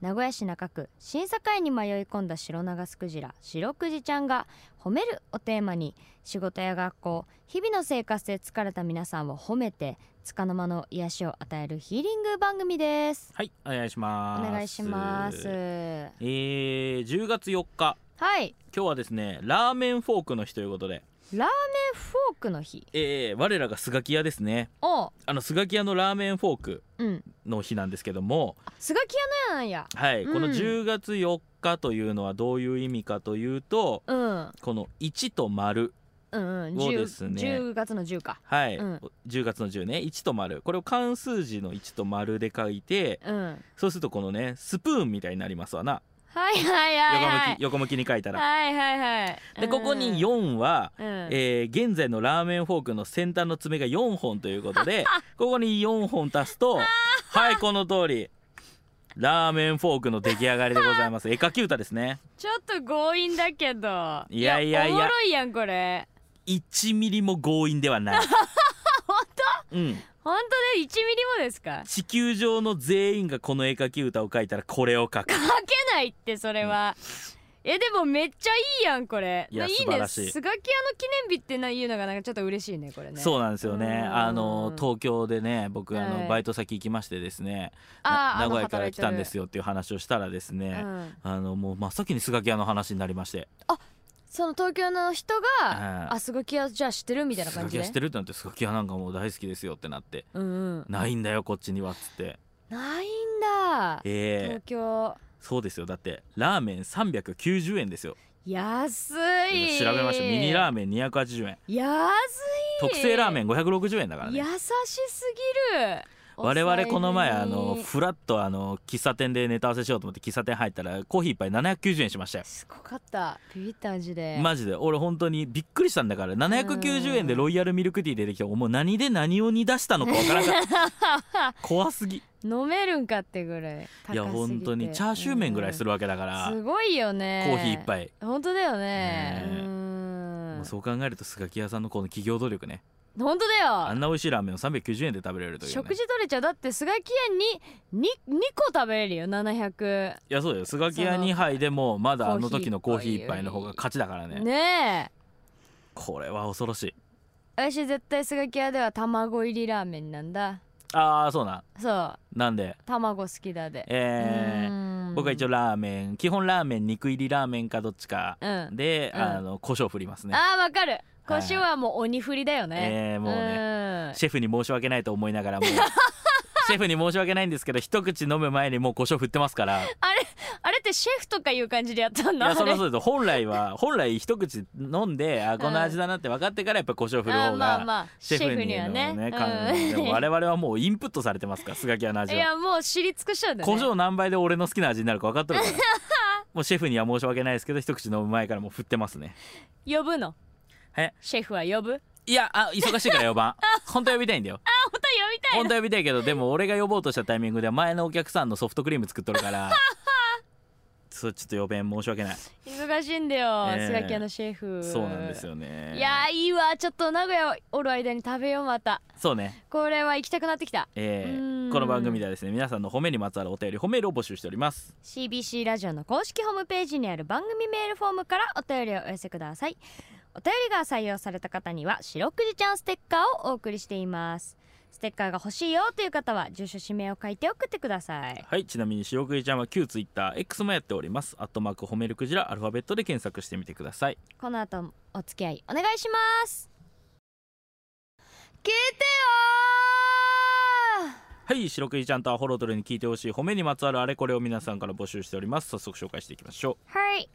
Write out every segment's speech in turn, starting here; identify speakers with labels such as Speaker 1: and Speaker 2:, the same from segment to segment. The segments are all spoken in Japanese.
Speaker 1: 名古屋市中区審査会に迷い込んだ白長スクジラ白くじちゃんが「褒める」をテーマに仕事や学校日々の生活で疲れた皆さんを褒めて束の間の癒しを与えるヒーリング番組です
Speaker 2: はいお願いし
Speaker 1: お
Speaker 2: ます
Speaker 1: 願いします
Speaker 2: えー、10月4日
Speaker 1: はい
Speaker 2: 今日はですねラーメンフォークの日ということで
Speaker 1: ラーメンフォークの日
Speaker 2: えー、我らがスガキ屋ですね
Speaker 1: おう
Speaker 2: あのスガキ屋のラーメンフォーク
Speaker 1: うん
Speaker 2: の日なんですけども
Speaker 1: あスガキ屋のやなんや
Speaker 2: はい、
Speaker 1: うん
Speaker 2: この10月4日というのはどういう意味かというと
Speaker 1: うん
Speaker 2: この1と丸
Speaker 1: うんうん、
Speaker 2: を
Speaker 1: 10
Speaker 2: ですね
Speaker 1: 10月の10か。
Speaker 2: はい、
Speaker 1: うん
Speaker 2: 10月の10ね1と丸これを漢数字の1と丸で書いて
Speaker 1: うん。
Speaker 2: そうするとこのねスプーンみたいになりますわな
Speaker 1: はいはいはい
Speaker 2: 横
Speaker 1: は
Speaker 2: 向
Speaker 1: い
Speaker 2: き。横向きに書いたら。
Speaker 1: はいはいはい。
Speaker 2: でここに、4は、
Speaker 1: うん、
Speaker 2: えー現在のラーメンフォークの先端の爪が4本ということ でここに4本足すとはいこの通りラーメンフォークの出来上がりでござ います絵描き歌ですね
Speaker 1: ちょっと強引だけど。
Speaker 2: いやいやいや
Speaker 1: おもろいやんこれ。
Speaker 2: 1ミリも強引で はないうん、
Speaker 1: 本当で1ミリもですか。
Speaker 2: 地球上の全員がこの絵描き歌を書いたらこれを書く
Speaker 1: 書けないってそれは。えでもめっちゃいいやんこれ。
Speaker 2: いや
Speaker 1: ね
Speaker 2: 素晴らしい
Speaker 1: ね。スガキ屋の記念日ってないうのがなんかちょっと嬉しいねこれね。
Speaker 2: そうなんですよ
Speaker 1: う
Speaker 2: ね
Speaker 1: ん
Speaker 2: あの東京でね僕あ
Speaker 1: はい
Speaker 2: のバイト先行きましてですね、
Speaker 1: あー
Speaker 2: な名古屋から来たんで。
Speaker 1: あの働いて
Speaker 2: すよっていう話をしたらですね、
Speaker 1: るうん、
Speaker 2: あのもう真っ先にスガキ屋の話になりまして
Speaker 1: その東京の人が、
Speaker 2: うん
Speaker 1: あスガキ屋じゃあ知ってるみたいな
Speaker 2: スガ
Speaker 1: 感
Speaker 2: キ
Speaker 1: じ
Speaker 2: 屋
Speaker 1: で。
Speaker 2: 知ってるってなってスガキ屋なんかもう大好きですよってなって
Speaker 1: うんうん。
Speaker 2: ないんだよこっちにはっつって
Speaker 1: ないんだ
Speaker 2: ええ
Speaker 1: 東京
Speaker 2: そうですよだってラーメン390円ですよ
Speaker 1: 安い
Speaker 2: 今調べましたミニラーメン280円
Speaker 1: 安
Speaker 2: 特製ラーメン560円だから
Speaker 1: い優
Speaker 2: ね
Speaker 1: しすぎる
Speaker 2: 我々この前
Speaker 1: お
Speaker 2: あ
Speaker 1: 財布に
Speaker 2: のフラッとあの喫茶店でネタ合わせしようと思って喫茶店入ったらコーヒー一杯790円しましたよ
Speaker 1: すごかったビビったマジで
Speaker 2: マジで俺本当にびっくりしたんだから790円でロイヤルミルクティー出てきてもう何で何を煮出したのかわからんかった 怖すぎ
Speaker 1: 飲めるんかってぐらい
Speaker 2: いや本当にチャーシュー麺ぐらいす
Speaker 1: る
Speaker 2: るわけだから、
Speaker 1: すごいよ
Speaker 2: コ
Speaker 1: ね
Speaker 2: ーヒー一杯、
Speaker 1: 本当だよね
Speaker 2: ねえ
Speaker 1: うん
Speaker 2: もうそう考えるとスガキ屋さんのこの企業努力ね
Speaker 1: 本当だ
Speaker 2: あ
Speaker 1: よ
Speaker 2: んな美味しいラーメンを390円で食べれるという、ね、
Speaker 1: 食事取れちゃうだってスガキ屋に 2, 個食べれるよ700
Speaker 2: いやそうだよスガキ屋2杯でもまだあの時のコーヒー一杯の
Speaker 1: コー
Speaker 2: 方
Speaker 1: ヒー一杯より
Speaker 2: が勝ちだからね
Speaker 1: ねえ
Speaker 2: これは恐ろしい
Speaker 1: 私絶対スガキ屋では卵入りラーメンなんだ
Speaker 2: ああそうなん
Speaker 1: そう
Speaker 2: なんで
Speaker 1: 卵好きだで
Speaker 2: えー
Speaker 1: ー
Speaker 2: 僕は一応ラーメン基本ラーメン肉入りラーメンかどっちか
Speaker 1: うんあ
Speaker 2: で、
Speaker 1: うん
Speaker 2: あの胡椒振りますね
Speaker 1: ーわかる腰はもう鬼振りだよね
Speaker 2: えーもうね
Speaker 1: ね
Speaker 2: シェフに申し訳ないと思いなが らもうシェフに申し訳ないんですけど一口飲む前にもう胡椒振ってますから
Speaker 1: あれってシェフとかいう感じでやったん
Speaker 2: い
Speaker 1: だ
Speaker 2: やそ
Speaker 1: あれ
Speaker 2: らそうです本来 は本来一口飲んであこの味だなって分かってからやっぱ胡椒振る
Speaker 1: あー
Speaker 2: 方
Speaker 1: まあ
Speaker 2: が
Speaker 1: まあ
Speaker 2: シ
Speaker 1: シ
Speaker 2: ェ
Speaker 1: ェ
Speaker 2: フ
Speaker 1: フ
Speaker 2: に
Speaker 1: に
Speaker 2: の
Speaker 1: は
Speaker 2: ね
Speaker 1: ね
Speaker 2: 感
Speaker 1: うん
Speaker 2: でも我々はもうインプットされてますからスガキ屋の味
Speaker 1: い
Speaker 2: は
Speaker 1: やもう知り尽くしちゃうんだ
Speaker 2: 胡
Speaker 1: ね
Speaker 2: 椒何倍で俺の好きな味になるか分かっとる からもうシェフには申し訳ないですけど一口飲む前からもう振ってますね
Speaker 1: 呼ぶの
Speaker 2: え
Speaker 1: シェフは呼ぶ
Speaker 2: いやあ忙しいから呼 ばん本当は呼びたいんだよ
Speaker 1: 本当は呼びたい
Speaker 2: 本当は呼びたいけどでも俺が呼ぼうとしたタイミングで前のお客さんのソフトクリーム作っとるから そうちょっと呼べん申し訳ない
Speaker 1: 忙しいんだよ
Speaker 2: ええ
Speaker 1: スガキ屋のシェフ
Speaker 2: そうなんですよね
Speaker 1: いやーいいわちょっと名古屋おる間に食べようまた
Speaker 2: そうね
Speaker 1: これは行きたくなってきた
Speaker 2: えー
Speaker 1: うーん
Speaker 2: この番組ではですね皆さんの褒めにまつわるお便り褒めるを募集しております
Speaker 1: CBC ラジオの公式ホームページにある番組メールフォームからお便りをお寄せくださいお便りが採用された方には白くじちゃんステッカーをお送りしていますステッカーが欲しいよという方は住所氏名を書いて送ってください
Speaker 2: はいちなみに白くじちゃんは旧 TwitterX もやっておりますアットマーク褒めるクジラアルファベットで検索してみてください
Speaker 1: この後もお付き合いお願いします聞いてよ
Speaker 2: はい白くじちゃんとアホロトルに聞いてほしい褒めにまつわるあれこれを皆さんから募集しております早速紹介していきましょう
Speaker 1: ーはい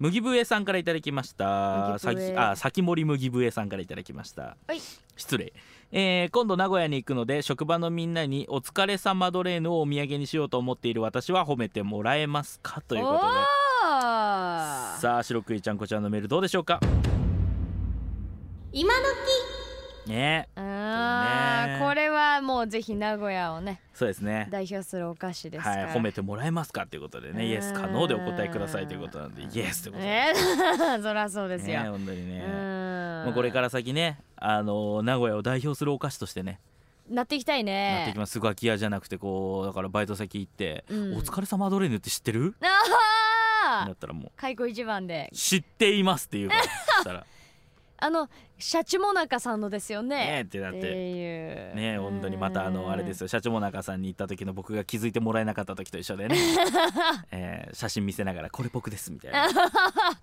Speaker 2: 麦笛さんからいただきました
Speaker 1: 麦笛
Speaker 2: 先あ先森麦笛さんからいただきました、
Speaker 1: はい
Speaker 2: 失礼、えー今度名古屋に行くので職場のみんなにお疲れ様ドレーヌをお土産にしようと思っている私は褒めてもらえますかということで
Speaker 1: おー
Speaker 2: さあ白くいちゃんこちゃんのメールどうでしょうか
Speaker 3: 今時
Speaker 2: ね
Speaker 1: あー
Speaker 2: ね
Speaker 1: これはもうぜひ名古屋をね
Speaker 2: そうですね
Speaker 1: 代表するお菓子ですから、
Speaker 2: はい褒めてもらえますかということでねイエスかノーでお答えくださいということなんでイエスってことで
Speaker 1: ね そりゃそうですす
Speaker 2: ね
Speaker 1: よ、
Speaker 2: 本当にね
Speaker 1: うん
Speaker 2: もうこれから先ねあの名古屋を代表するお菓子としてね
Speaker 1: なっていきたいね
Speaker 2: なっていきますスガキ屋じゃなくてこうだからバイト先行って「
Speaker 1: うん
Speaker 2: お疲れ様アドレーヌって知ってる?」
Speaker 1: ああ
Speaker 2: だったらもう
Speaker 1: 開口一番で
Speaker 2: 「知っています」って言 うからそしたら
Speaker 1: あのシャチモナカさんのですよ
Speaker 2: 「ねえ」
Speaker 1: ね
Speaker 2: ってなっ
Speaker 1: って
Speaker 2: て。
Speaker 1: いう
Speaker 2: ねえ本当にまたあのあれですよ社長も中さんに行った時の僕が気づいてもらえなかった時と一緒 でね、えー写真見せながら「これ僕です」みた いな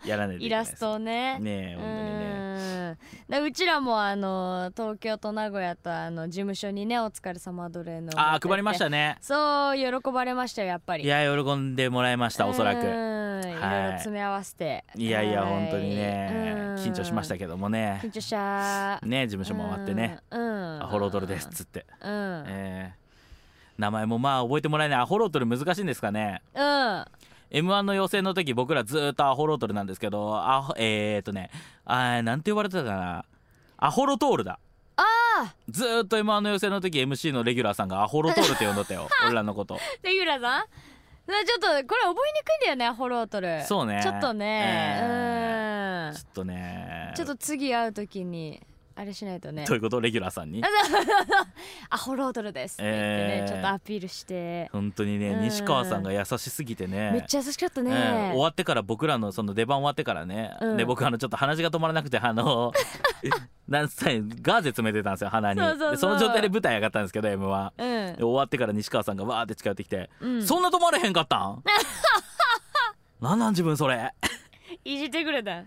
Speaker 2: やらないとい
Speaker 1: イ
Speaker 2: け
Speaker 1: ラ
Speaker 2: ないです
Speaker 1: ストをね
Speaker 2: ねえ本当にね
Speaker 1: うんだうちらもあの東京と名古屋とあの事務所にねお疲れ様奴隷の
Speaker 2: ああ配りました
Speaker 1: ね
Speaker 2: ね
Speaker 1: そう喜ばれましたよやっぱり
Speaker 2: いや喜んでもらいましたおそら
Speaker 1: うん
Speaker 2: く
Speaker 1: いろいろ詰め合わせて
Speaker 2: いやいや
Speaker 1: はい
Speaker 2: 本当にね
Speaker 1: うん
Speaker 2: 緊張しましたけどもね
Speaker 1: 緊張した
Speaker 2: ね事務所回ってね
Speaker 1: うんう
Speaker 2: 「
Speaker 1: ん
Speaker 2: アホロードルです」っつって
Speaker 1: うん
Speaker 2: えー名前もまあ覚えてもらえないアホロートル難しいんですかね
Speaker 1: うん
Speaker 2: m 1の予選の時僕らずーっとアホロートルなんですけどアホえー、っとねあーなんて呼ばれてたかなアホロトールだ
Speaker 1: あ
Speaker 2: ずーっと m 1の予選の時 MC のレギュラーさんがアホロトールって呼んだっ たよ俺らのこと
Speaker 1: でゆらさんなちょっとこれ覚えにくいんだよねアホロートル
Speaker 2: そうね
Speaker 1: ちょっとね、
Speaker 2: え
Speaker 1: うん
Speaker 2: ーちょっとね
Speaker 1: ちょっと次会うときにあれしないとね
Speaker 2: どういうことレギュラーさんに
Speaker 1: アホロードルですって言ってね、
Speaker 2: えー
Speaker 1: ちょっとアピールして、
Speaker 2: 本当にね
Speaker 1: うん
Speaker 2: 西川さんが優しすぎてね
Speaker 1: めっちゃ優しかったね、
Speaker 2: ええ終わってから僕らのその出番終わってからね、
Speaker 1: うん
Speaker 2: で僕あのちょっと鼻血が止まらなくて あの何歳ガーゼ詰めてたんですよ鼻に
Speaker 1: そうそうそう
Speaker 2: でその状態で舞台上がったんですけど M は
Speaker 1: うん
Speaker 2: で終わってから西川さんがわーって近寄ってきて「
Speaker 1: うん
Speaker 2: そんな止まれへんかった んなんなん自分それ
Speaker 1: いじってくれた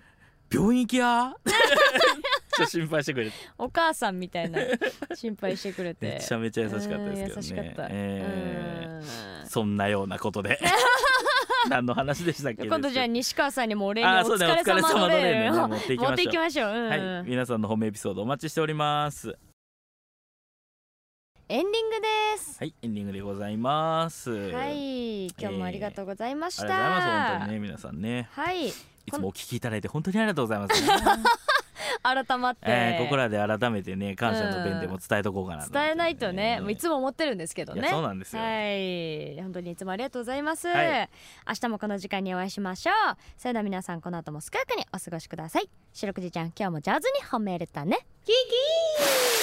Speaker 2: 病院行き や? 」ちょっと心配してくれて
Speaker 1: お母さんみたい な心配してくれて
Speaker 2: めちゃめちゃ優しかったですけどね
Speaker 1: うん優しかった、
Speaker 2: ええそんなようなこ とで何の話でしたっ
Speaker 1: う
Speaker 2: け
Speaker 1: ん今度じゃあ西川さんにもお礼にお
Speaker 2: あーそうだね
Speaker 1: 疲れ様の レール
Speaker 2: お疲れ
Speaker 1: を
Speaker 2: 様のレールね持
Speaker 1: 持
Speaker 2: っ
Speaker 1: ってて
Speaker 2: い
Speaker 1: いき
Speaker 2: きましょう
Speaker 1: ましょう、うん
Speaker 2: はい、皆さんの褒めエピソードお待ちしております。
Speaker 1: エンディングです
Speaker 2: はい、エンディングでございます。
Speaker 1: は
Speaker 2: あり
Speaker 1: い今日もありがとうございまし
Speaker 2: がと
Speaker 1: た、
Speaker 2: うございます。本当にね、皆さんね、
Speaker 1: はい
Speaker 2: いつもお聞きいただいて本当にありがとうございます、ね。
Speaker 1: 改まって、
Speaker 2: えー、ここらで改めてね、感謝の弁でも伝えとこうかなと思ってね、
Speaker 1: 伝えないとね、もういつも思ってるんですけど
Speaker 2: い
Speaker 1: ね
Speaker 2: やそうなんですよ。
Speaker 1: はい本当にいつもありがとうございます、
Speaker 2: はい
Speaker 1: 明日もこの時間にお会いしましょうそれでは皆さんこの後も健やかにお過ごしください白くじちゃん今日もジャズに褒めれたねキキー